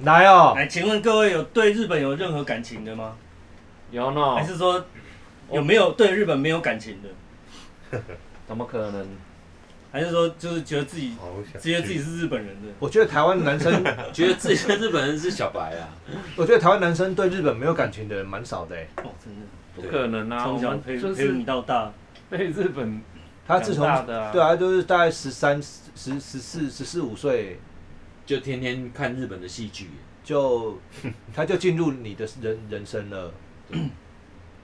来哦，来，哎请问各位有对日本有任何感情的吗？有呢还？是说有没有对日本没有感情的？怎么可能？还是说就是觉得自己好想觉得自己是日本人的？我觉得台湾男 生，觉得自己是日本人是小白啊， 我觉得台湾男生对日本没有感情的人蛮少的欸。哦，真的，不可能啊！我从小们陪就陪是你到大，被日本他自从长大的啊对啊，就是大概十三、十十四、十四五岁就天天看日本的戏剧， 就他就进入你的人人生 了，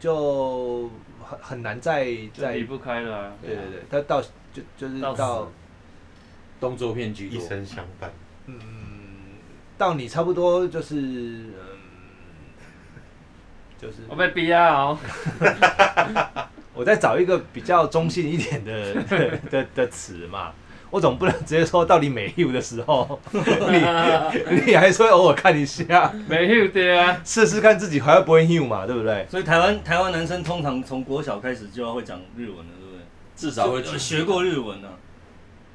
就很很难再就再离不开了啊。对对对，他到就就是到到死动作片居一多。生相伴，嗯到你差不多就是嗯就是我被逼啊！哦，我再找一个比较中性一点的 的的的词嘛。我总不能直接说到你没有的时候， 你你还是会偶尔看一下，没有的啊。试试看自己还会不会 h 嘛，对不对？所以台湾台湾男生通常从国小开始就要会讲日文了，对不对？至少会就呃学过日文啊。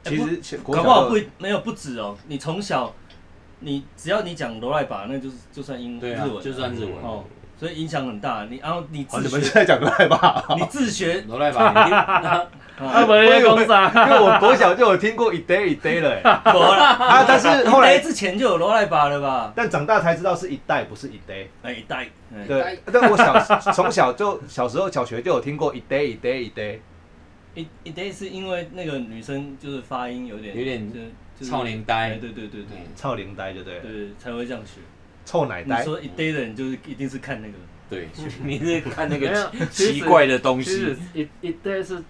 哎其不实其实国搞小不好就不没有不止哦，你从小，你只要你讲罗赖吧，那就是就算英、对啊日文啊，就算日文哦，所以影响很大。你然后你哦，自你们是学，在讲赖 吧？你自 学，罗赖 吧，他啊，们在工厂，因为我国小就有听过一 day 一 day 了、 欸，不啦，啊，但是 后一代来，之前就有罗赖吧了吧？但长大才知道是一代，不是一 day。哎，一代，哎对，但我小从小就小时候小学就有听过一 day 一 day 一 day，一一代是因为那个女生就是发音有点有点就是就是超年哎呆，嗯对对对对臭龄呆就对了，对，才会这样学。臭奶你呆。说一代的人就是一定是看那个，对， 你是看那没有个其实奇奇怪的东其实西，一一代是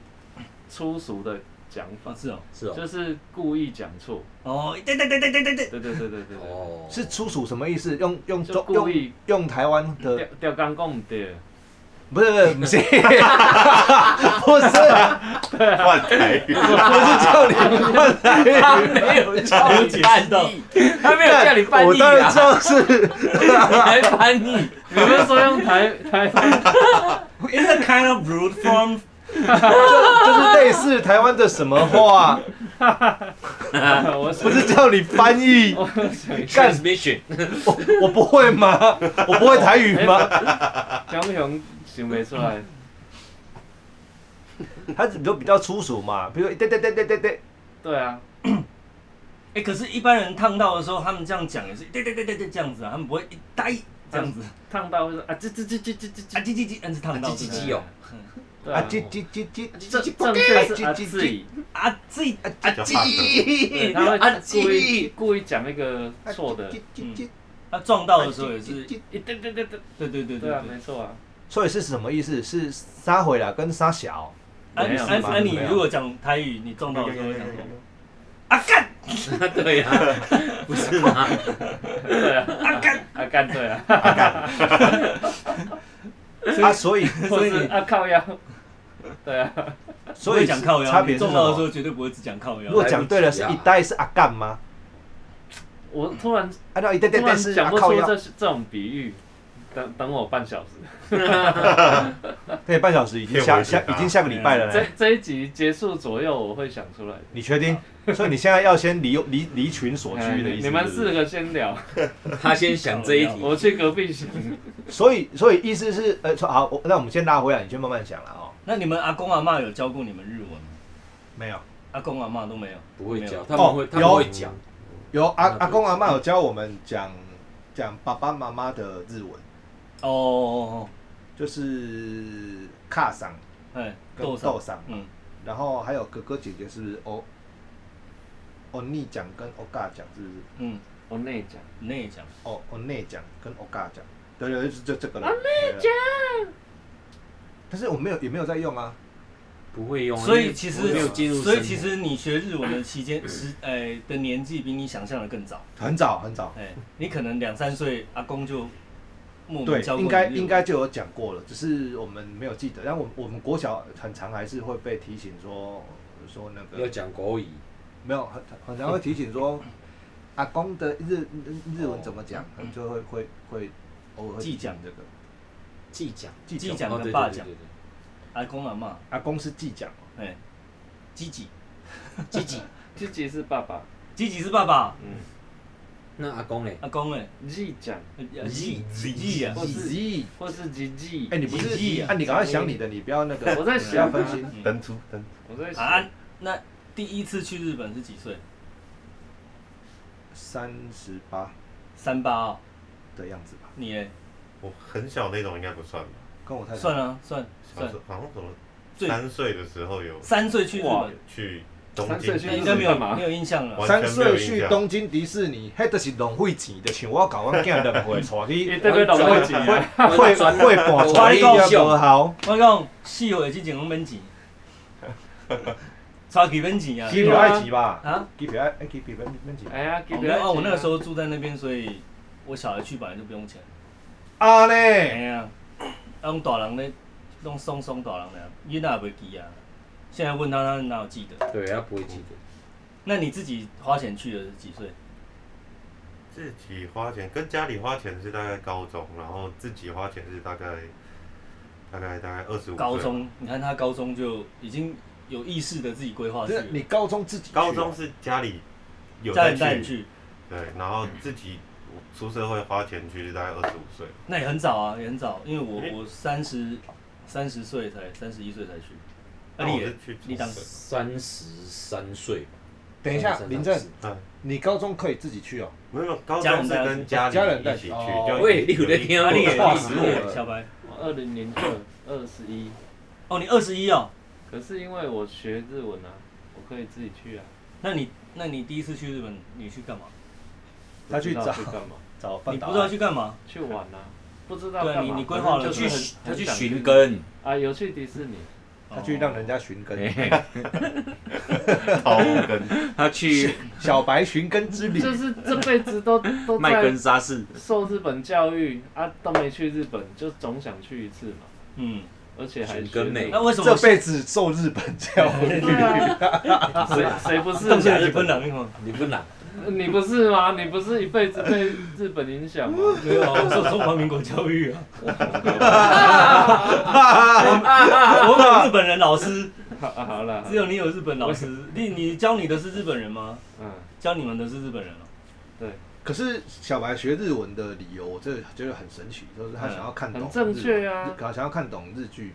粗俗的讲哦法，是哦，是哦，就是故意讲错。哦，一代代代代代代代，对对对对对对。哦，是粗俗什么意思？用用就中故用意用台湾钓的钓竿讲的，不是不是不是换台语，不是叫你换台他语，没有叫你翻译，他没有叫你翻我译当然知啊，道是你还翻译，你不是说用台台湾，It's a kind of rude form 就是类似台湾的什么话，我不是叫你翻译。 transmission， 我我不会吗？我不会台语吗？江雄想不出来，他只就比较粗俗嘛，比如说对对对对对对，对啊，哎、可是，一般人烫到的时候，他们这样讲也是对对对对对这样子啊，他们不会一呆这样子烫到会说啊，这这这这这这啊，这，叽叽叽，嗯，是烫到叽叽叽哦，对啊啊，叽叽叽叽正正确是啊自己，啊，自己啊叫叽法德对，叽他会啊故意故意讲那个啊错的，叽叽叽啊撞到的时候也是，叽对对对对对，对对对对对啊，对没。错啊，所以是什么意思？是杀回来跟杀小，啊没你有啊没有啊你没有如果讲台语，你撞到的时候会讲什么？啊干对呀，不是吗？对啊，啊干，啊干对啊，啊，所以或所以是你啊靠腰，对啊，所以不会讲靠腰，差别是你什撞到的时候么？绝对不会只讲靠腰如。果讲对了是一代是阿干吗？我突然按照一代突代代然是讲阿不靠出腰这，这种比喻，等等我半小时，那半小时已经下下已经下个礼拜了哎这嘞，这一集结束左右我会想出来。你确定？所以你现在要先离离离群所居的意思。哎你们四个先聊，他先想这一题，我去隔壁想。所以所以意思是呃，说好，我那我们先拉回来，你先慢慢想了哦。那你们阿公阿妈有教过你们日文吗？没有。阿公阿妈都没有，不会没哦教，有他们会他们会讲，有阿那对阿公阿妈有教我们讲讲爸爸妈妈的日文，哦哦就是卡桑哦，哎，跟豆豆上，桑，嗯，然后还有哥哥姐姐是不是欧欧尼讲跟欧嘎讲是不是？嗯，我内讲，那也讲，欧欧内讲跟欧嘎讲，对对，就是就这个了。欧讲，但是我没有也没有在用啊，不会用啊，所因以为其没有进实，入，所以其。实你学日文的期间时，哎的年纪比你想象的更早。很早很早，哎，你可能两三岁，阿公就莫名对教，过应该你日文应该就有讲过了，只是我们没有记得。但我我们国小很常还是会被提醒说说那个要讲国语，没有，很很常会提醒 说，阿公的日日日文怎么讲，他们就会会会偶尔会记哦讲这个既讲记记讲，讲哦跟对对爸对讲对，阿公阿妈，阿公是记讲哦，哎，积极，对，积极自己是爸爸，积极是爸爸，嗯，那阿公嘞？阿公哎，日讲日日啊，或是咦，或是吉吉。哎，你不你记是啊啊？你赶快想你的，你不要那个，我在不要想分心啊，登出登出，我在嗯想，啊，那第一次去日本是几岁？三十八三八哦，的样子吧，你嘞？我很小那种应该不算吧？跟呃我太太算啊，算小算时，候好像什么最三岁的时候有三岁去日哇本，去东三岁京迪去你士尼，应该没有日本嘛没有印象了。完全三没有岁印去象东京迪士尼，迄就是浪费钱的，像我甲阮囝两岁带你去哎这边老会几会啊？会会半带去也无效，我讲四岁之前拢免 钱，超级免钱啊！机票爱钱吧？啊，机票爱机票免免钱。哎呀，给我不那要哦，我那个时候候住在那边，所以我小孩去本来就不用钱。啊哎嘞，呀，啊，用大人咧，用松松大人咧，囡仔也袂记啊。现在问他，他哪有记得？对，他不会记得。那你自己花钱去的是几岁？自己花钱跟家里花钱是大概高中，然后自己花钱是大概大概大概二十五。高中，你看他高中就已经有意识的自己规划去这了，你高中自己去啊高中是家里有家在人带你去，去，对，然后自己出社会花钱去是大概二十五岁。那也很早啊，也很早，因为诶我我三十三十岁才三十一岁才去。那那你我也是去你当时三十三岁吧，等一下三，十林正，嗯，你高中可以自己去哦。没有，高家人中是带你跟去家里家人带一起去，哦就喂你有在听一啊 啊，你也哇你死你我也了小白，哦二零零二二十一，哦，你二十一哦，可是因为我学日文啊，我可以自己去啊。那你那你第一次去日本，你去干嘛？他去不知找道去干嘛？找饭你不打知道去干嘛？去玩啊，不知道对啊干嘛。你你规反划正了他就去是很他很去想寻根，啊，有去迪士尼，他去让人家寻根，桃木根， 他去小白寻根之旅。就是这辈子都 都麦根在沙士，受日本教育啊，都没去日本，就总想去一次嘛，嗯，而且还寻根学呢那为什么这辈子受日本教育，对啊， 谁谁不是动起来啊？就分人哦？你不难，你不是吗？你不是一辈子被日本影响吗？ 哦没有啊，我受中华民国教育啊，啊我没有日本人老师， 啊好了，只有你有日本老师，你你教你的是日本人吗？嗯，教你们的是日本人哦。对，可是小白学日文的理由，我这觉得很神奇，就是他想要看懂日很正确啊日想要看懂日剧，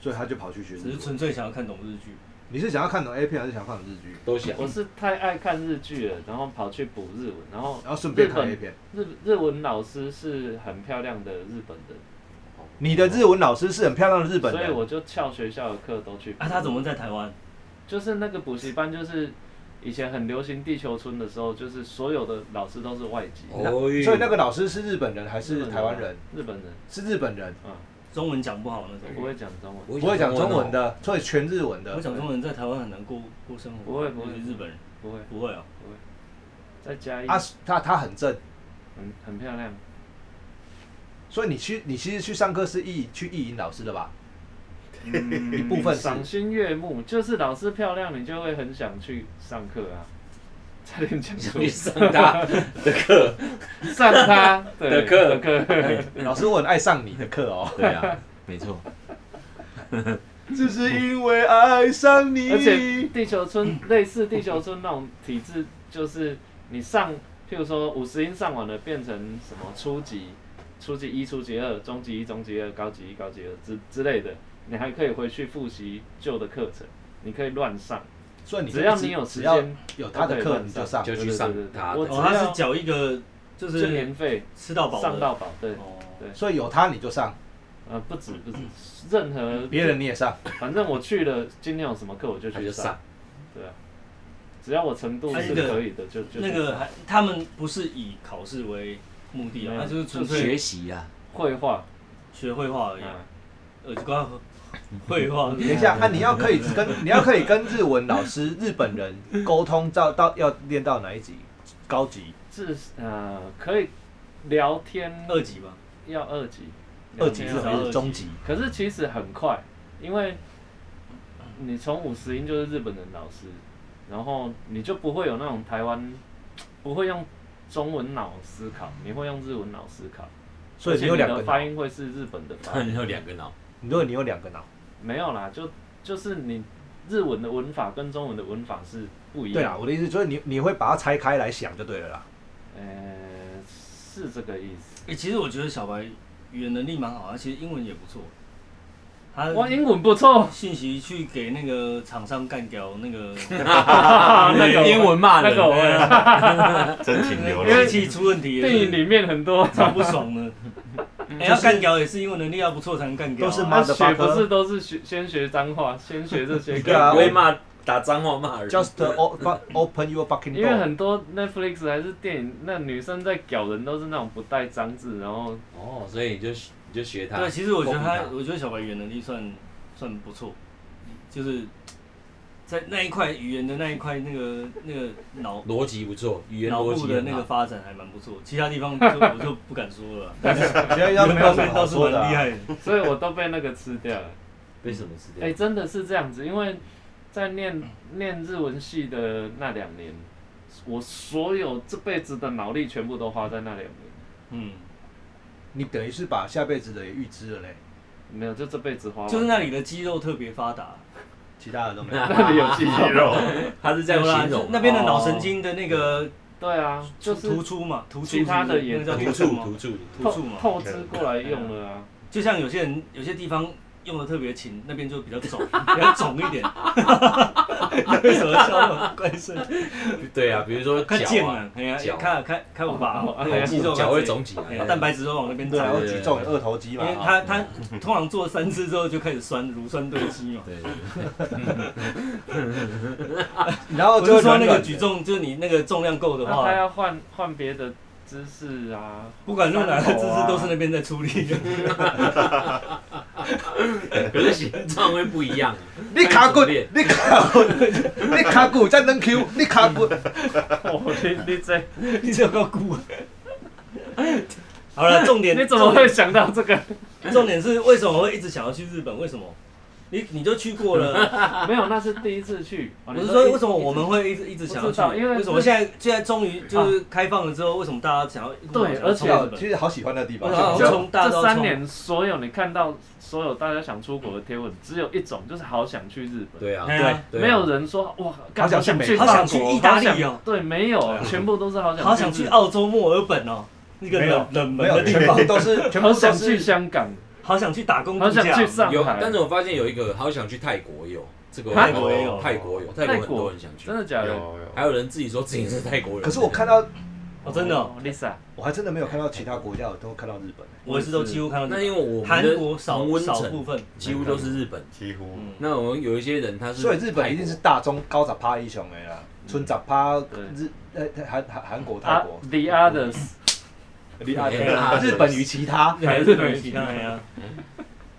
所以他就跑去学只日是文。纯粹想要看懂日剧。你是想要看懂 A 片，还是想要看懂日剧？都想我是太爱看日剧了，然后跑去补日文，然后然后顺便看日 A 本片。日日文老师是很漂亮的日本人，你的日文老师是很漂亮的日本所以人，我就翘学校的课都去补。啊，他怎么在台湾？就是那个补习班，就是以前很流行地球村的时候，就是所有的老师都是外籍，哦哟所以那个老师是日本人还是台湾人？日本人，是日本人，嗯，中文讲不好那我种。不会讲中文，不会讲中文的，的，所以全日文的我。讲中文在台湾很难过过生活。不会不会尤其日本人不会，不会哦。再加一，啊，他他很正，很很漂亮，所以你去你其实去上课是意去意淫老师的吧？一嗯部分是赏心悦目，就是老师漂亮，你就会很想去上课啊。差点讲错，你上他的课，上他对的课的课，老师我很爱上你的课哦 ，对啊，没错， 只是因为爱上而且地球 村类似地球村那种体制，就是你上，譬如说五十音上完了，变成什么初级、初级一、初级二、中级一、中级二、高级一、高级二之之类的，你还可以回去复习旧的课程，你可以乱上，所以你只要你有时只要间有他的课你就上就，去上他对对对对的我哦，他是缴一个就就是是年费吃到饱的。上到饱，对，哦，对所以有他你就上， 呃，不止不止，任何别人你也上。反正我去了，今天有什么课我就他去就上上，，对啊，只要我程度是那个可以的，就就去那个还他们不是以考试为目的啊，没有他就是纯学粹习啊， 绘画，学绘画而已啊嗯。耳机关 绘 画，等一 下，那啊你要可以跟你要可以跟日文老师、日本人沟通到到要练到哪一级？高级至呃可以聊天二级吧，要二级，二级聊是天要还是中级？可是其实很快，因为你从五十音就是日本人老师，然后你就不会有那种台湾不会用中文脑思考，你会用日文脑思考，所以而你且有两的个发脑。音会是日本的发 他音，有两个脑，你如果你有两个脑，没有啦，就就是你日文的文法跟中文的文法是不一对啦，样。我的意思就是你你会把它拆开来想就对了啦。呃，是这个意思。哎、其实我觉得小白语言能力蛮好，而且英文也不错。他哇，英文不 错，讯息去给那个厂商干掉那 个，那个我英文骂那人个我会。真情流 因为露。机器出问题也电影是里面很多超不爽的。哎、要干掉也是英文能力要不错才能干掉啊、都是他 Motherfucker 学不是都是学先学脏 话，先学这些对啊歌，不会骂打脏话骂人。 Just o- fu- open your fucking 因为 door。很多 Netflix 还是电影，那女生在屌人都是那种不带脏字，然后哦，所以你就你就学他。对，其实我觉得他公，平我觉得小白语言能力算算不错，就是在那一块语言的那一块那个那个脑他逻辑不错，语言脑逻部辑的很那个好。发展还蛮不错，其他地方就我就不敢说了啦。觉得要没有什么好倒是说蛮的厉啊。害的，所以我都被那个吃掉了。为什么是这哎、样？真的是这样子，因为在念念日文系的那两年，我所有这辈子的脑力全部都花在那两年，嗯，你等于是把下辈子的也预知了嘞，没有，就这辈子花完。就是那里的肌肉特别发达，其他的都 没有。那里有肌肉，他是这样有啦形啊容就啊吗。那边的脑神经的那个对啊，突就是突出嘛，突出其他的是不是也那个叫突突触出嘛，啊突触。突透出嘛，透支过来用了啊。就像有些人有些地方用的特别勤，那边就比较肿， 比较肿一点。 为什么笑那种怪声？对啊，比如说看脚见了啊，，哎呀，脚看看看我吧，哦哎哎呀肌肉脚会看谁肿起来哎呀蛋白质都往那边对啊，长我。举重有二头肌因嘛啊为。他他通常做三次之后就开始酸，乳酸堆积嘛。对对对 然后我哦就是说软软那个的举重，就是你那个重量够的那话他，要换换别的姿势啊，不管用哪个姿三头势啊都是那边在处理。可是形状会不一样啊。你卡骨，那你你卡骨，你卡骨在扔 Q，你卡骨。 哦，你你这 你这个骨。好了，重点你怎么会想到这个？重点是为什么会一直想要去日本？为什么？你你就去过了，没有，那是第一次去。哦我是说为什么？么我们会一直一直想要我知道去？因为啊为什么现在现在终于就是开放了之后，为什么大家想要对而且想要日本其实好喜欢那地方我想，要就冲大家这都要三冲年，所有你看到所有大家想出国的贴文，只有一种，就是好想去日本。对啊，哎呀对啊没有人说哇，好干想去想美去国法好想去国意大利好想哦对，没有，全部都是好想好想去日澳洲墨尔本哦，那个没有冷冷没门有，的地全方部，都是全本，部好都想去是。香港，好想去打工好度想假去哦。上有，海。但是我发现有一个好想去泰国有这个，泰国也有泰国有，泰国很多人想去真，的假有哦的？有，还有人自己说自己是泰国人。可是我看，到，哦，真的哦， ，Lisa，我还真的没有看到其他国家，我都看到日本。我也是都几乎看到日本。那因为我们韩的国少同温少部层分，几乎都是日本。几乎嗯，那我们有一些人他是，所以日本一定是大中高十趴英雄的啦，纯十趴对日呃韩韩韩国泰啊国， ，The Others，日啊对啊日本与其他嗯还是对其他人呀。啊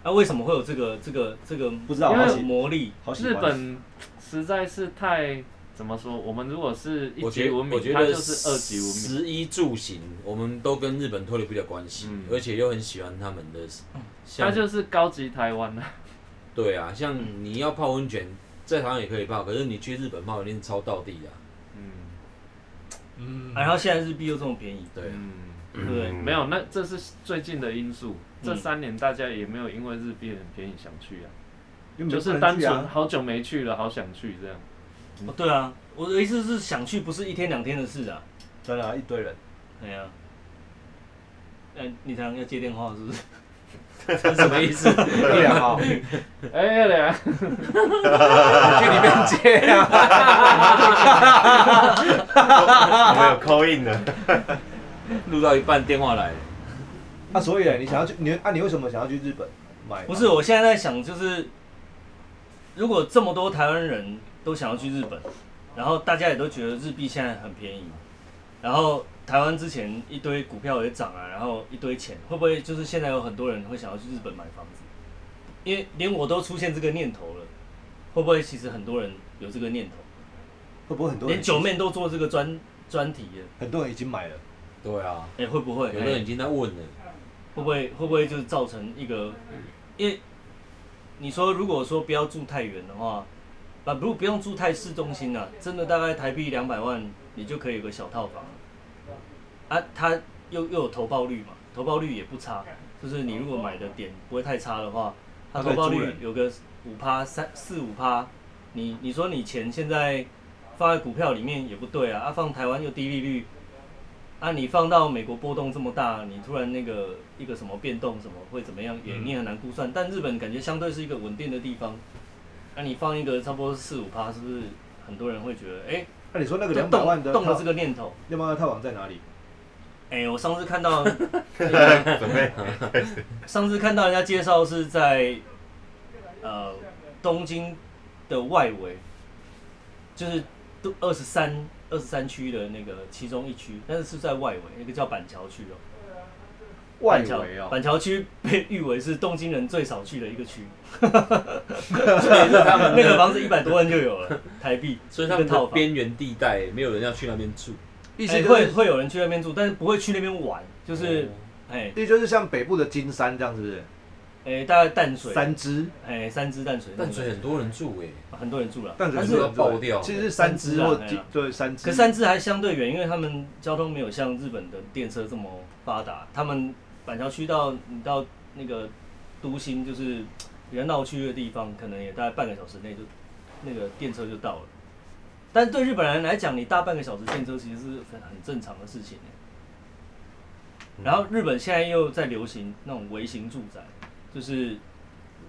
那为什么会有这个这个这个不知道因为好喜魔力？好喜日欢。本实在是太怎么说？我们如果是一我觉级得文我明，觉它就得是二级文明。食衣住行，我们都跟日本脱离不了关系，嗯而且又很喜欢他们的。它像就是高级台湾了，对啊，嗯像你要泡温泉，在台湾也可以泡，可是你去日本泡一定超到地的啊。嗯嗯然后现在日币又这么便宜，对啊，嗯，对不对？嗯没有，那这是最近的因素。这嗯三年大家也没有因为日币很便宜想去啊，因为就没是有单人去纯啊，好久没去了，好想去这样。哦对啊，我的意思是想去不是一天两天的事啊。真的啊一堆人。哎呀，嗯，你常常要接电话是不哎是？ 这是什么 意思？一两号，去哎呀，里面接啊！ 我们有 call in 的， 录到一半电话来了，啊，所以呢你想要去，你啊，你为什么想要去日本买？不是，我现在在想，就是如果这么多台湾人都想要去日本，然后大家也都觉得日币现在很便宜，然后台湾之前一堆股票也涨啊，然后一堆钱，会不会就是现在有很多人会想要去日本买房子？因为连我都出现这个念头了，会不会其实很多人有这个念头？会不会很多连人九妹都做这个专专题了，很多人已经买了？对啊，哎、会不会？有的人已经在问了。哎会不会会不会就是造成一个，因为你说如果说不要住太远的话，啊，如果不用住太市中心了、真的大概台币两百万你就可以有个小套房了，啊，它又又有投报率嘛，投报率也不差，就是你如果买的点不会太差的话，它投报对住率人有个五趴三四五趴，你你说你钱现在放在股票里面也不对啊，啊放台湾又低利率，啊你放到美国波动这么大，你突然那个一个什么变动什么会怎么样，也嗯你也很难估算。但日本感觉相对是一个稳定的地方，啊你放一个差不多四五趴，是不是很多人会觉得哎、那、你说那个就两百万动的动了套这个念头？六万的套房在哪里？哎、我上次看到 准备上次看到人家介绍是在呃东京的外围，就是都二十三二十三区的那个其中一区，但是是在外围，那个叫板桥区哦。外板桥围哦，板桥区被誉为是东京人最少去的一 个区，他们那个的，房子一百多万就有了台币，所以他们一个套的房边缘地带没有人要去那边住，意哎思就会是，会有人去那边住，但是不会去那边玩，就是哎意思就是像北部的金山这样，是不是？哎大概淡水三只，哎三支淡水那种淡水很多人住哎，很多人住了，但只但水是住要爆掉其实是三只或三只几啊对三只。可三支还相对远，因为他们交通没有像日本的电车这么发达。他们板桥区到你到那个都心，就是比较闹区的地方，可能也大概半个小时内就那个电车就到了。但对日本人来讲，你大半个小时电车其实是很很正常的事情耶。然后日本现在又在流行那种微型住宅，就是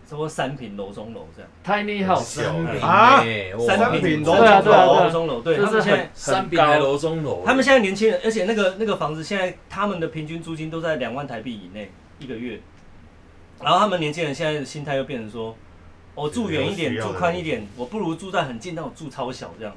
差不多三平楼中楼这样， Tiny house，小平啊哎，三哇平楼楼中中楼，楼楼中楼，对，就他是们现在很三很平还高，楼中楼，他们现在年轻人，而且那个那个房子现在他们的平均租金都在两万台币以内一个月，然后他们年轻人现在的心态又变成说，我、住远一有需点，要住的宽一点，我不如住在很近，但我住超小这样，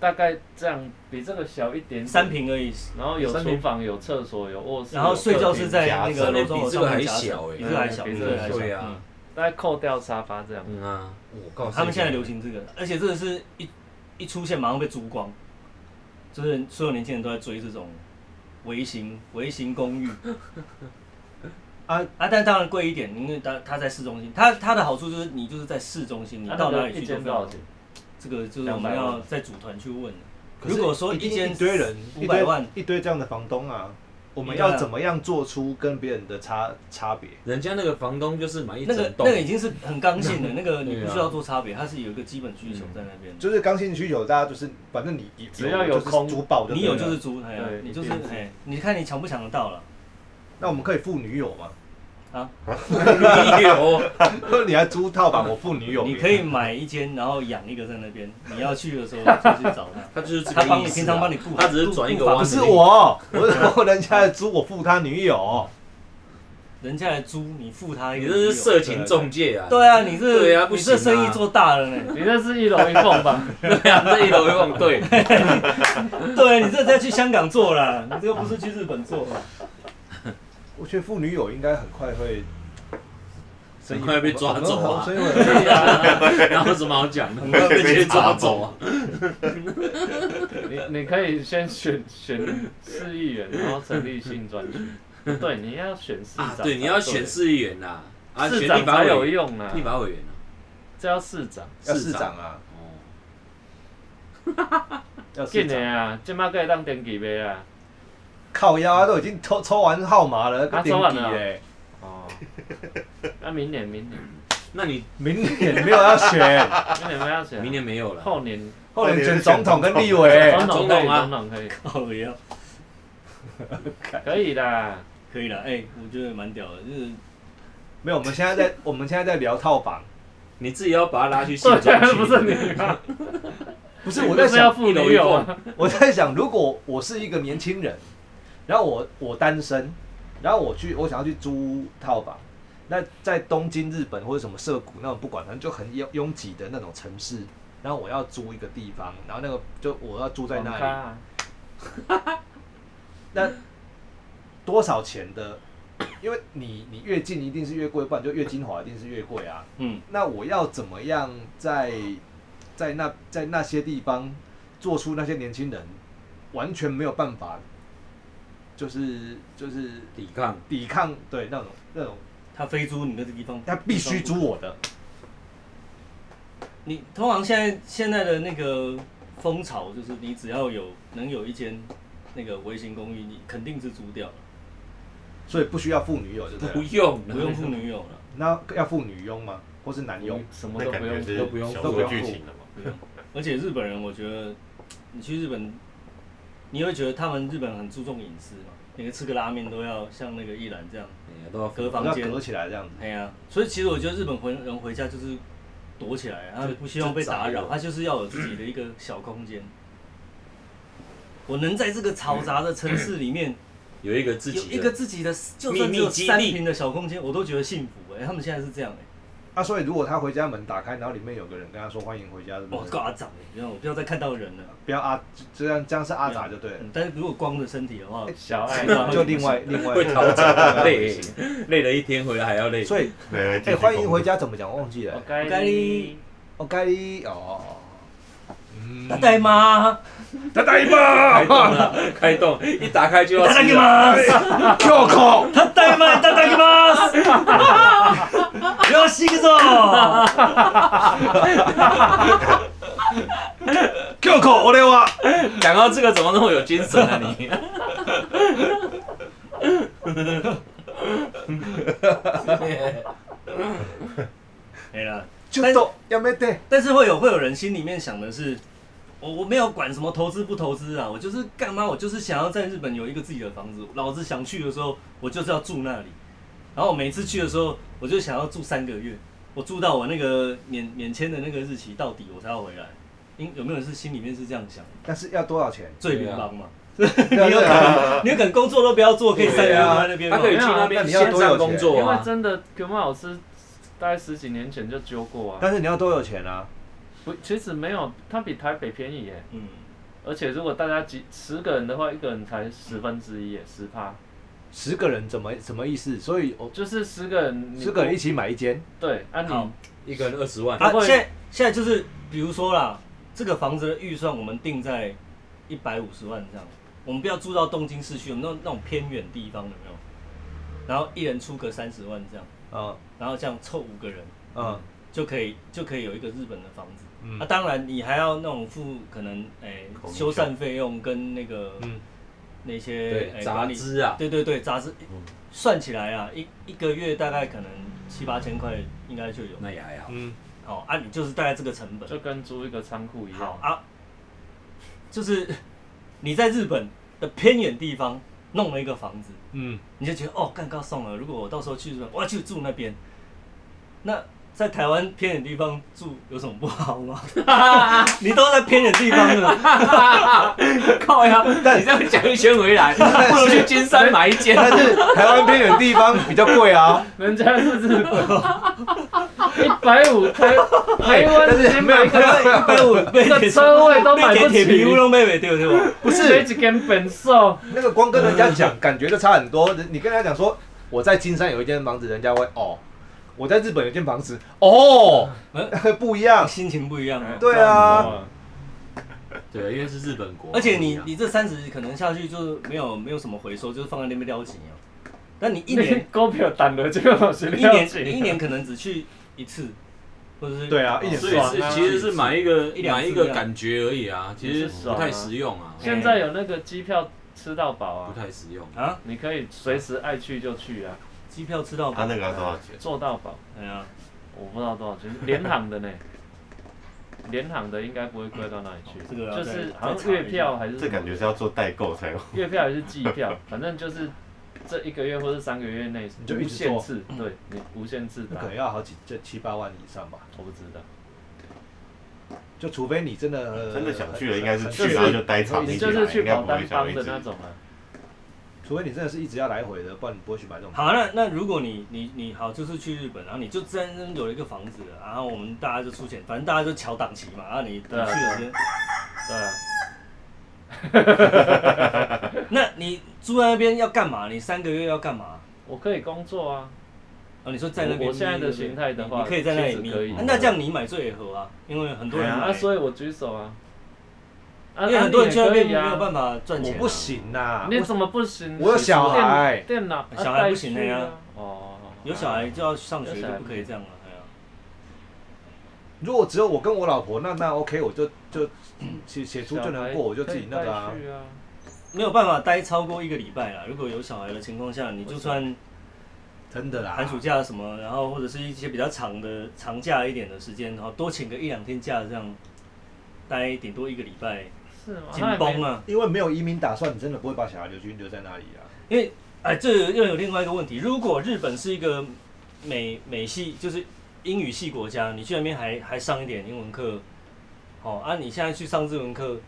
大概这样，比这个小一点点三，平而已，然后有三厨平房、有厕所、有卧室，然后有睡觉是在那个楼中楼上面比这个还夹层小欸比这个还小，嗯比这个还小。对啊嗯大概扣掉沙发这样。嗯啊，我哦告诉你他们现在流行这个，而且这个是一一出现马上被租光，就是所有年轻人都在追这种微型微型公寓 啊啊！但当然贵一点，因为它它在市中心，它它的好处就是你就是在市中心，你啊嗯到哪那里一去间都多少钱？这个就是我们200万要再组团去问的。可是如果说一定间一堆人五百万，一堆一堆这样的房东啊，我们一样啊要怎么样做出跟别人的差差别？人家那个房东就是买一那整个栋，那个已经是很刚 性的，那个你对啊不需要做差别，它是有一个基本需求在那边。就是刚性需求，大家就是反正你你只要有有就是空租爆对了，你有就是租，哎呀对你就是一定是哎，你看你抢不抢得到了？那我们可以付女友吗？ 没有，你还租套房，我付女友给你你，可以买一间，然后养一个在那 边。你要去的时候就去找他。他 就是这个他帮你意思啊平常帮你顾好他只是转一个顾好弯，不是，我，我 是说人家的租我付他女友，人家来租，你付他一你个这是费用色情中介啊，对啊，你这对啊不你行啊这生意做大了呢。你那是一楼一凤吧？对啊， 这一楼一望对，对啊你这再去香港做了，你这个不是去日本 做。我觉得付女友应该很快会，很快被抓走啊生意会 很然后有什么好讲的，快被被抓走啊，你你可以先选选市议员，然后成立新专区。对，你要选市长啊才。对，你要选市议员呐，啊，选市立长法才有委员，用啊，立法委员啊，这要市长。要市长啊，哦，要市今长年啊，即马可以当登记呗啊。靠腰啊，都已经抽抽完号码了，啊个抽完了啊嘞，哦， 那明年明年那你明年没有要选， 明年不要选啊，明年没有了，后年后年选总统跟立委总，统可以，总统啊总统可以，哦，也要可以啦。可以了，哎，我觉得蛮屌的，就是没有，我们现在在我们现在在聊套房，你自己要把他拉去新对中啊，不是去，你 吗？不是我在不要想，妇一楼女一友啊凤，我在想，如果我是一个年轻人，然后我我单身，然后我去我想要去租套房，那在东京、日本或者什么涩谷那种不管，反正就很拥拥挤的那种城市，然后我要租一个地方，然后那个就我要住在那网里，咖啊那多少钱的？因为你你越近一定是越贵，不然就越精华一定是越贵啊。嗯，那我要怎么样在在那在那些地方做出那些年轻人完全没有办法，就是就是抵抗，抵抗对那种那种他非租你的地方，他必须租我的，你通常现在现在的那个风潮就是，你只要有能有一间那个微型公寓，你肯定是租掉了，所以不需要妇女友，对不不对？用，不用付女友了。那要付女佣吗？或是男佣？什么那都不感觉用，是都不用小都不用说剧付情了嘛？不用。而且日本人，我觉得你去日本，你会觉得他们日本很注重隐私嘛，连吃个拉面都要像那个一兰这样哎呀，都要隔要房间隔。起来这样子。哎呀、所以其实我觉得日本回人回家就是躲起来，啊他不希望被打扰，他就是要有自己的一个小空间。我能在这个嘈杂的城市里面有一个嗯自有己的一个自己的，就算只秘有密基地三平的小空间，我都觉得幸福、哎，他们现在是这样哎、啊，所以如果他回家门打开，然后里面有个人跟他说欢迎回家，是嗯我不是？够阿长哎，你看我不要再看到人了。不要阿，这样这样是阿杂就对了。嗯但是如果光着身体的话，哎小爱 就另外另外会逃走，啊累累了一天回来还要累，所以，没人哎，欢迎回家怎么讲？我忘记我了。该我该你哦，该哦哦，哦嗯，大呆啊吗？他大姨妈开动了， 开动，一打开就要啊大呆吃了。吗？跳口，他呆吗？大呆吗？要洗个澡。跳口，我的哇！ 讲到这个怎么那么有精神啊你？ 没了。就但都要没得，但是会有会有人心里面想的是，我我没有管什么投资不投资啊，我就是干嘛，我就是想要在日本有一个自己的房子，老子想去的时候，我就是要住那里。然后我每次去的时候，我就想要住三个月，我住到我那个免免签的那个日期到底，我才要回来。因有没有人是心里面是这样想的？但是要多少 钱？最流氓嘛，你你有可能你有可能工作都不要做，可以三个月都在那边啊嘛。他可以去那那边你要线多有上钱工作因为啊，真的葛茂老师大概十几年前就揪过啊，但是你要多有钱啊！不，其实没有，它比台北便宜耶。嗯，而且如果大家几十个人的话，一个人才十分之一耶，十趴，十个人怎么什么意思？所以我就是十个人，你十个人一起买一间，对，啊你好一个人二十万，啊不，会现在现在就是比如说啦，这个房子的预算我们定在一百五十万这样，我们不要住到东京市区，我们那种那种偏远地方有没有？然后一人出个三十万这样，嗯然后这样凑五个人嗯就可以就可以有一个日本的房子。那、嗯啊、当然你还要那种付可能诶、口修缮费用跟那个、嗯，那些对，诶杂管理志啊，对对对，杂志算起来啊，一一个月大概可能七八千块应该就有。那也还好。嗯，哦，啊，你就是大概这个成本。就跟租一个仓库一好样，啊，就是你在日本的偏远地方弄了一个房子，嗯，你就觉得哦，干高送了。如果我到时候去日本，我要去住那边。那在台湾偏远地方住有什么不好吗？你都在偏远地方了，靠呀！你这样讲一圈回来，不如去金山买一间。 但是台湾偏远地方比较贵啊，人家是 日本，一百五台台湾直接没有没买一有个一百五被一个车位都买不铁皮起，屋都妹妹对不对？不 是没几根本寿，那个光跟人家讲，感觉就差很多。你跟人家讲说我在金山有一间房子，人家会哦；我在日本有一间房子，哦，嗯 不一样。心情不一样啊。对啊，对，因为是日本国，而且你你这三十可能下去就是没有没有什么回收，就是放在那边撩紧啊。但你一一年年 股票赚了这个东西，一年你一年可能只去一次，或者是对啊一年所以是其实是买一个一两买一个感觉而已啊，其实是不爽啊太实用啊，现在有那个机票吃到饱不啊，太实用。啊，你可以随时爱去就去啊，机票吃到他饱。那个要多少钱？做到饱。哎呀，我不知道多少钱，联航的呢？ 联航的应该不会贵到哪里去，哦这个要再就是好像月票还是这感觉是要做代购才有。月票还是季票， 反正就是这一个月或是三个月内你就一无直做限制，对你无限制那打可，能要好几这七八万以上吧，我不知道，就除非你真的嗯真的想去了，应该是呃就去然后就待场你你地理起解就来，是去应该跑不会单想帮一的直那种啊，除非你真的是一直要来回的，不然你不会去买这种。好，啊那那如果你你你好，就是去日本，然后你就真真有了一个房子，然后我们大家就出钱，反正大家就瞧档期嘛，然后你你去对啊了先，对啊，那你住在那边要干嘛？你三个月要干嘛？我可以工作啊，哦，你说在那边我我现在的对不对形态的话你你可以在那里其眯实可以啊那这样你买最合啊，因为很多对人啊，买啊，所以我举手啊，啊因为很多人去那边没有法，办法赚我钱啊，不行呐，你怎么不行？我有小孩电电脑啊小孩不行的呀带去啊，哦，有小孩就要上学，有就小孩不可以这样了。哎呀，如果只有我跟我老婆，那那 OK，我就就写写出就能过，我就自己那个啊可以。带去啊没有办法待超过一个礼拜啦。如果有小孩的情况下，你就算真的啦，寒暑假什么，然后或者是一些比较长的长假一点的时间，然后多请个一两天假这样，待顶多一个礼拜，是吗？紧那也没绷啊。因为没有移民打算，你真的不会把小孩留去留在那里啊。因为哎，这又有另外一个问题，如果日本是一个美美系，就是英语系国家，你去那边还还上一点英文课，哦啊，你现在去上日文课，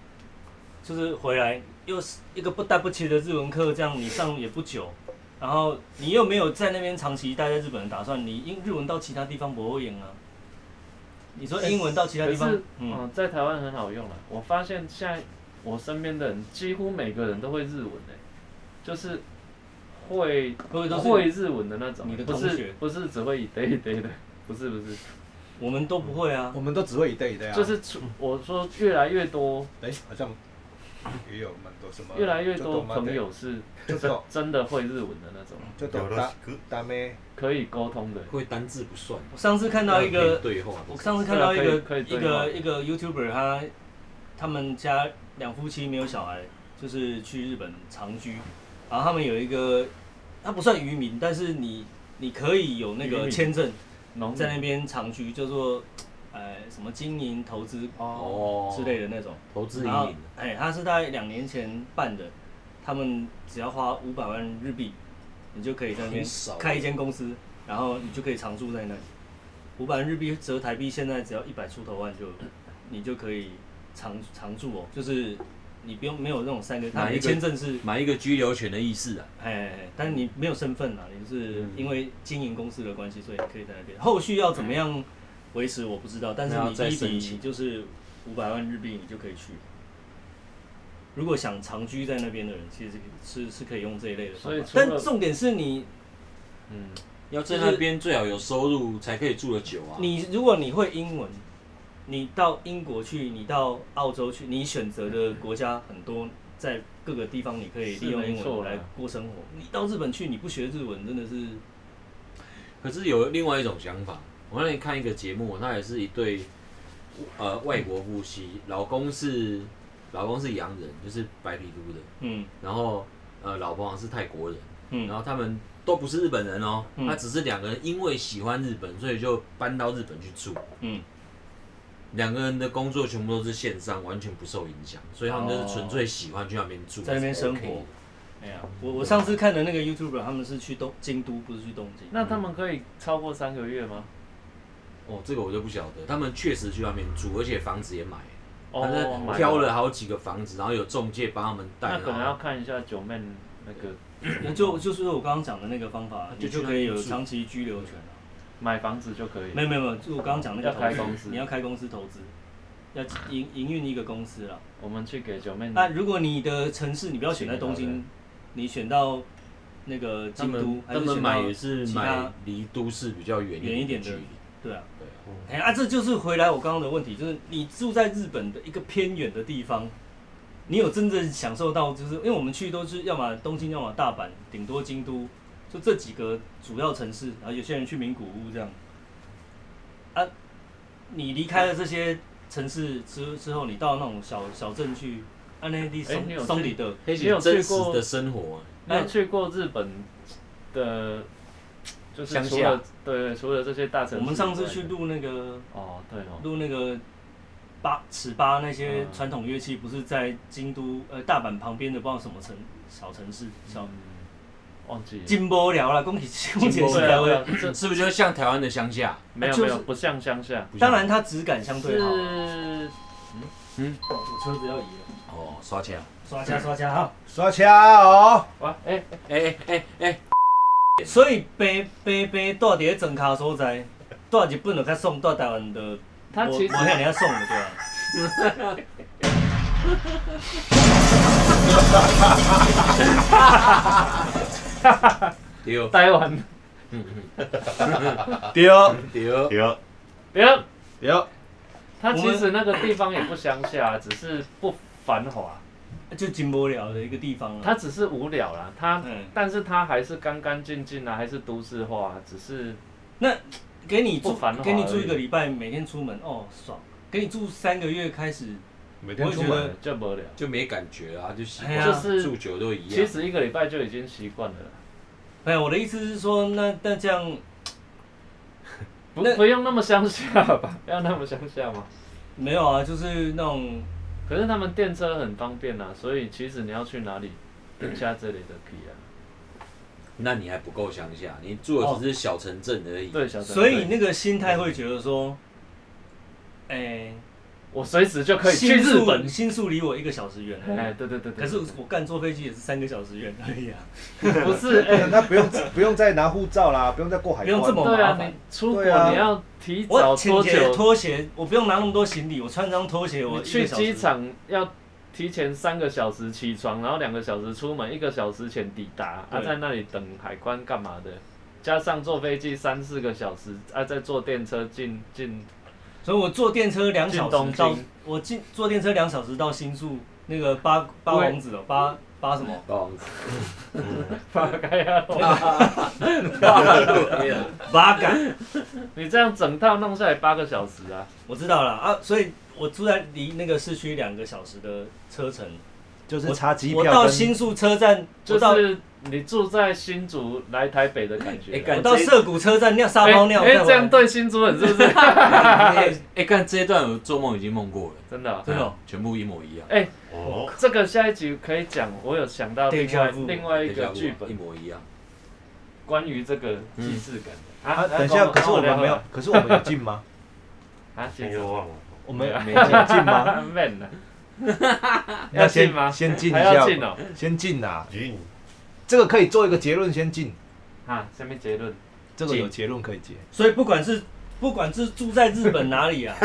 就是回来又是一个不带不齐的日文课，这样你上也不久，然后你又没有在那边长期待在日本的打算，你英日文到其他地方不会用啊。你说英文到其他哎可地方是，，嗯，嗯，在台湾很好用了。我发现现在我身边的人几乎每个人都会日文诶、就是会会不会都是会日文的那种，你的不同是学不是只会一堆一堆的， 不是不是，我们都不会啊嗯我。们都只会一对一对啊。就是出我说越来越多哎，好像也有蛮多什么，越来越嗯多就懂朋友是就真 懂真的会日文的那种，就懂大大妹，可以沟通的。会单字不算，我上次看到一个可以对话，我上次看到一个、对啊可以可一以对话个一个 YouTuber，他他们家两夫妻没有小孩，就是去日本长居，然后他们有一个，他不算渔民，但是你你可以有那渔个民签证农在那边长居，叫做呃什么经营投资哦，哦之类的那种。投资移然后民，啊哎，他是在两年前办的，他们只要花五百万日币，你就可以在那边很少开一间公司，然后你就可以常住在那里。五百万日币折台币，现在只要一百出头万就，你就可以常常住哦，就是你不用没有那种三个，他哪一的个签证是买一个居留权的意思啊，哎哎，哎但是你没有身份啦，你就是嗯因为经营公司的关系，所以你可以在那边。后续要怎么样维持我不知道，但是那要你再第一申笔请就是五百万日币，你就可以去。如果想长居在那边的人，其实是是可以用这一类的方所以法。除了但重点是你嗯，要在那边最好有收入才可以住得久啊。你如果你会英文，你到英国去，你到澳洲去，你选择的国家很多，在各个地方你可以利用是没英文错啦来过生活。你到日本去，你不学日文真的是可是有另外一种想法，我那天看一个节目，那也是一对呃外国夫妻，老公是老公是洋人，就是白皮肤的，嗯然后呃老婆好像是泰国人，嗯然后他们都不是日本人哦，嗯他只是两个人因为喜欢日本，所以就搬到日本去住。嗯两个人的工作全部都是线上，完全不受影响，所以他们就是纯粹喜欢去那边住，哦在那边生 OK 的活。哎呀，我我上次看的那个 YouTuber，他们是去东京都，不是去东京。那他们可以超过三个月吗？哦，这个我就不晓得，他们确实去那边住，而且房子也买了。哦反正，买挑了好几个房子，然后有中介帮他们带，那可能然要后看一下九妹那个我就就是我刚刚讲的那个方法，就你去啊就那可以边有住长期居留权了。买房子就可以没。有没有没有，就我刚刚讲那个要开投资公司你要开公司投资，要营营运一个公司了。我们去给九妹那如果你的城市你不要选在东选哪京，你选到那个他京都们，还他是们选买到也是其买他？离都市比较远远一点的的距离。对啊，对啊，哎啊，这就是回来我刚刚的问题，就是你住在日本的一个偏远的地方，你有真正享受到，就是因为我们去都是要么东京，要么大阪，顶多京都，就这几个主要城市，然后有些人去名古屋这样。啊，你离开了这些城市之之后，你到那种小小镇去，啊，那地哎你松有去松里的，黑你有姐去真实过的生活啊，你有去过日本的，就是乡除下了对对，除了这些大城市以我外，们上次去录那个哦，对哦，录那个八尺八那些嗯传统乐器，不是在京都呃大阪旁边的不知道什么城小城嗯市小忘记了金波聊了，恭喜恭喜金波是对台啊对湾啊，这是不是就像台湾的乡下？没有啊就是没有不像乡下，不当像然它质感相对是好啊。嗯我车子要移了，哦，刷起来。刷加刷加哈。刷枪哦，哇哎哎哎哎哎，所以北北北住伫咧庄卡所在，住日本就较爽，住台湾的他其实我看你要送的对吧？丢台湾嗯啊丢丢，有没有，丢，他其实那个地方也不乡下，啊只是不繁华，就金波聊的一个地方啊。他只是无聊啦，他嗯但是他还是干干净净啊，还是都市化啊，只是给你住不繁华给你住而已一个礼拜，每天出门哦爽。给你住三个月开始，每天天出出门门呃就无聊。就没感觉啊，就习哎呀惯，就是住久都一样。其实一个礼拜就已经习惯了啦，哎，我的意思是说，那那这样不那 不用那么乡下吧？不要那么乡下吗？没有啊，就是那种可是他们电车很方便啊，所以其实你要去哪里，定下这里的可以啊。那你还不够乡下，你住的只是小城镇而已。？对，小陈，所以对那个心态会觉得说，哎、我随时就可以去新日宿本。新宿离我一个小时远哎，而已，对对对对。可是我干坐飞机也是三个小时远而已啊，不是 哎，那不用不用再拿护照啦，不用再过海关，不用这么对麻啊，烦你出国对啊你要提早我多倾斜久？拖鞋，我不用拿那么多行李，我穿张拖鞋，我你一去个小时机场要提前三个小时起床，然后两个小时出门，一个小时前抵达，啊，对在那里等海关干嘛的？加上坐飞机三四个小时，啊，再坐电车进进，所以我坐电车两小进东时京到，我进坐电车两小时到新宿那个八八王子哦，八八什么哦，八嘎呀！八感， 你这样整套弄下来八个小时啊，我知道了啊，所以我住在离那个市区两个小时的车程，就是差机我票到跟新宿车站，就我到是你住在新竹来台北的感觉啊。哎干我到涩谷车站尿撒泡尿，哎、再回来这样对新竹人是不是？哎、看这一段我做梦已经梦过了，真的啊、真的哦全部一模一样。哎、哦，这个下一集可以讲，我有想到另外 Deja vu 另外一个剧一本，模一样。关于这个既视感的。啊，等一下，可是我们没有啊，可是我们有进吗？跟我，先先哎又忘了。我们没进进吗？ ？man 呢？那 要先进吗？先进一还要下，进哦。先进啦。云这个可以做一个结论，先进。啊，下面结论，这个有结论可以结。所以不管是不管是住在日本哪 里啊，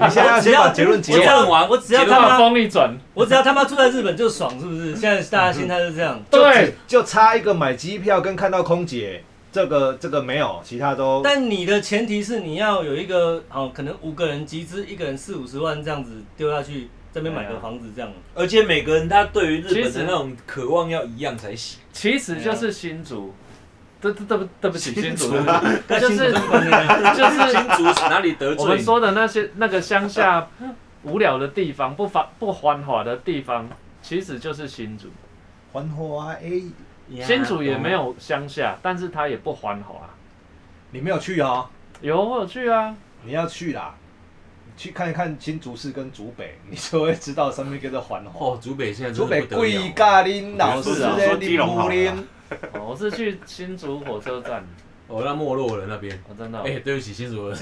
你现在要先把结论我结只完。要我哎只要结他论妈风一转，我只要他妈住在日本就爽，是不是？现在大家心态是这样，对，就差一个买机票跟看到空姐，这个这个没有，其他都但你的前提是你要有一个好、可能五个人集资，一个人四五十万这样子丢下去，这边买对个啊房子这样。而且每个人他对于日本的那种渴望要一样才行。其实就是新竹。对对对不对不起，新竹，但就是新竹观念啊 就是 新竹哪里得我罪们你？说的那些那个乡下无聊的地方，不繁不繁华的地方，其实就是新竹。还花哎，新竹也没有乡下，但是它也不繁华、你没有去哦，有我有去啊，你要去啦，去看一看新竹市跟竹北，你就会知道什么叫做环华。哦，竹北现在竹真的北不得了贵咖喱老师是啊在说基隆好木了林，哦我是去新竹火车站，哦，那没落了那边。我、真的哦、哦哎、对不起，新竹的。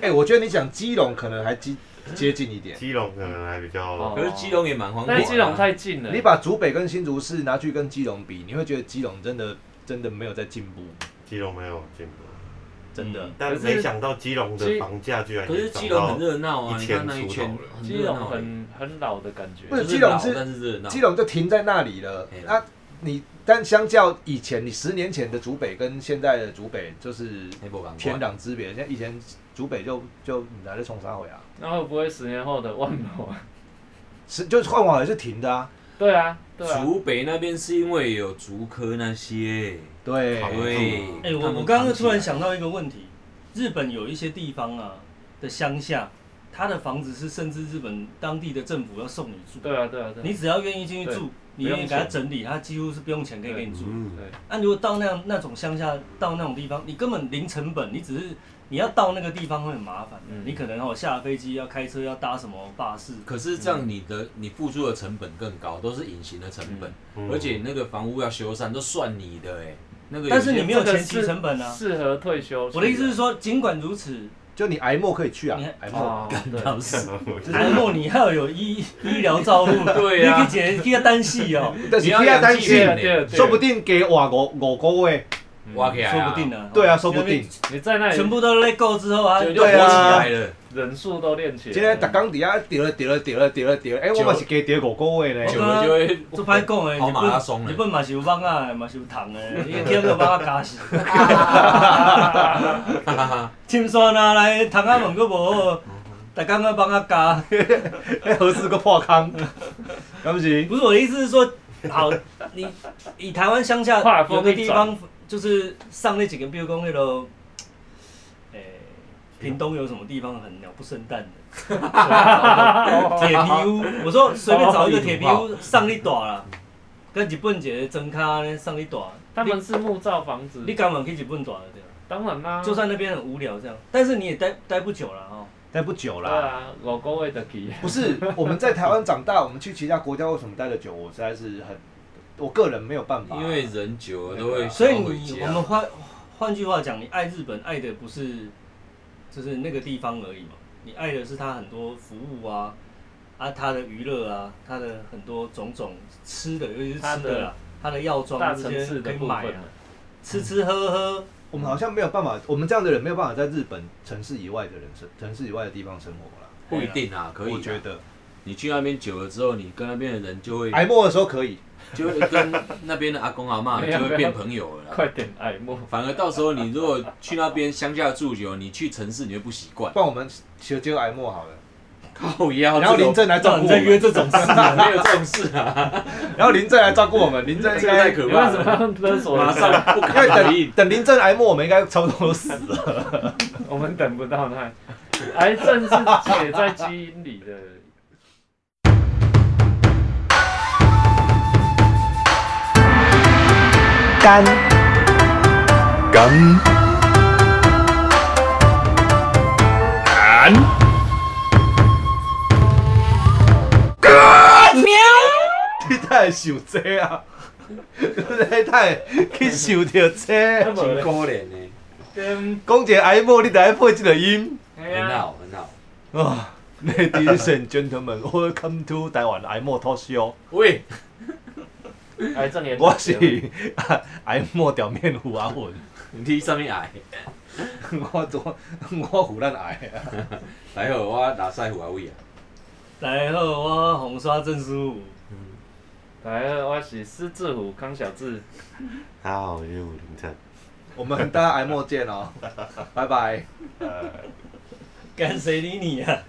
哎，我觉得你讲基隆可能还接接近一点。基隆可能还比较哦可是基隆也蛮荒啊但唐。是基隆太近啊了，你把竹北跟新竹市拿去跟基隆比，你会觉得基隆真的真的没有在进步，基隆没有进步，真的。但可是没想到基隆的房价居然可也是涨基隆到很热闹啊，一你千看那一出圈头了，基热隆闹欸很很老的感觉不，是就是基隆老是但是热闹。基隆就停在那里了啊嘿。那、你但相较以前，你十年前的竹北跟现在的竹北就是黑波港天壤之别。像以前竹北就就你拿去冲沙回啊，那会不会十年后的万楼啊？是就是换网也是停的啊。 对啊，对啊，竹北那边是因为有竹科那些，对，好对。哎、我我刚刚突然，想到一个问题，日本有一些地方啊的乡下，它的房子是甚至日本当地的政府要送你住，对啊，对啊，对啊你只要愿意进去对住，不你用愿意给它钱整理，它几乎是不用钱可以给你住。嗯，那、如果到那样那种乡下，到那种地方，你根本零成本，你只是你要到那个地方会很麻烦、嗯你可能哦下了飞机要开车要搭什么巴士，可是这样你的你付出的成本更高，都是隐形的成本，嗯而且那个房屋要修缮都算你的哎、那个有些但是你没有这个前期是成本啊。适合退休。我的意思是说，尽管如此，就你挨莫可以去啊你，挨莫。哦，老对，嗯师，然 后你要有医 医疗照顾，对啊你去姐去个单戏哦，但是你要不要担养气心对对，啊啊对啊，说不定给我五五个月， 挖起来说啊不定呢。对啊，说不定。你在哎那全里部都 let go 之后啊，就就对火起啊来了。人数都练起来了，今天逐工底下跌了跌了跌了跌了跌了，哎，我嘛是给跌五个月久呢。了就会做歹讲诶，跑日马拉松本了日本嘛是有蚊啊，嘛是有虫 诶，你听个蚊啊咬死。深山啊来，虫仔门佫无好，逐工啊蚊啊 咬。 哎，何时个破康？敢不 是？不是我的意思是说，好，你以台湾乡下话锋有个一地转方，就是上那几个，比如讲那个，诶、屏东有什么地方很鸟不生蛋 的？铁皮屋，我说随便找一个铁哦皮屋上你大啦，跟日本一个庄卡咧上你大， 他们是木造房子你，你敢问去日本大就对了？当然啦，啊就算那边很无聊这样，但是你也待待不久了哦。待不久对啦。啊，老高位的题，不是我们在台湾长大，我们去其他国家为什么待得久？我实在是很，我个人没有办法。因为人久了都对会啊想所以要回你我家。们换换句话讲，你爱日本爱的不是就是那个地方而已嘛，你爱的是它很多服务啊，啊它的娱乐啊，它的很多种种吃的，尤其是它吃的的啦，它的药妆大这城些市可的以部买分啊，吃吃喝喝，我们好像没有办法，我们这样的人没有办法在日本城市以外的人生，城市以外的地方生活啦。不一定啊，可以啊。我觉得哎你去那边久了之后，你跟那边的人就会挨末的时候可以，就会跟那边的阿公阿妈没就有会没有变朋友了啦。快点爱慕。反而到时候你如果去那边乡下住久，你去城市你会不习惯。不然我们就就挨末好了。靠腰，然后啊这林种正来嗯照让顾你我在约们，这种事啊，没有这种事啊，然后林正来照顾我们，林正这应个该太可你为怕什么了。要勒索人马家？上不因为可以等。等林正挨末，我们应该差不多都死了。我们等不到他，癌症是写在基因里 的。干干干喵！你太想这啊！你太去想着这，那么可怜呢，跟讲一个哀莫，你就要配这个音。哎很呀，好很好。啊，Ladies and gentlemen, welcome to 台湾哀莫 talk show。喂，癌症也我是啊哀莫表面虎阿文，你上面矮， 我做我虎咱癌啊。来好我拿赛虎阿伟啊，然后我红刷证书，来了，我是狮子虎康小智，大家好，我是武林正。我们 大家挨莫见哦，拜拜。呃，干谁理你啊？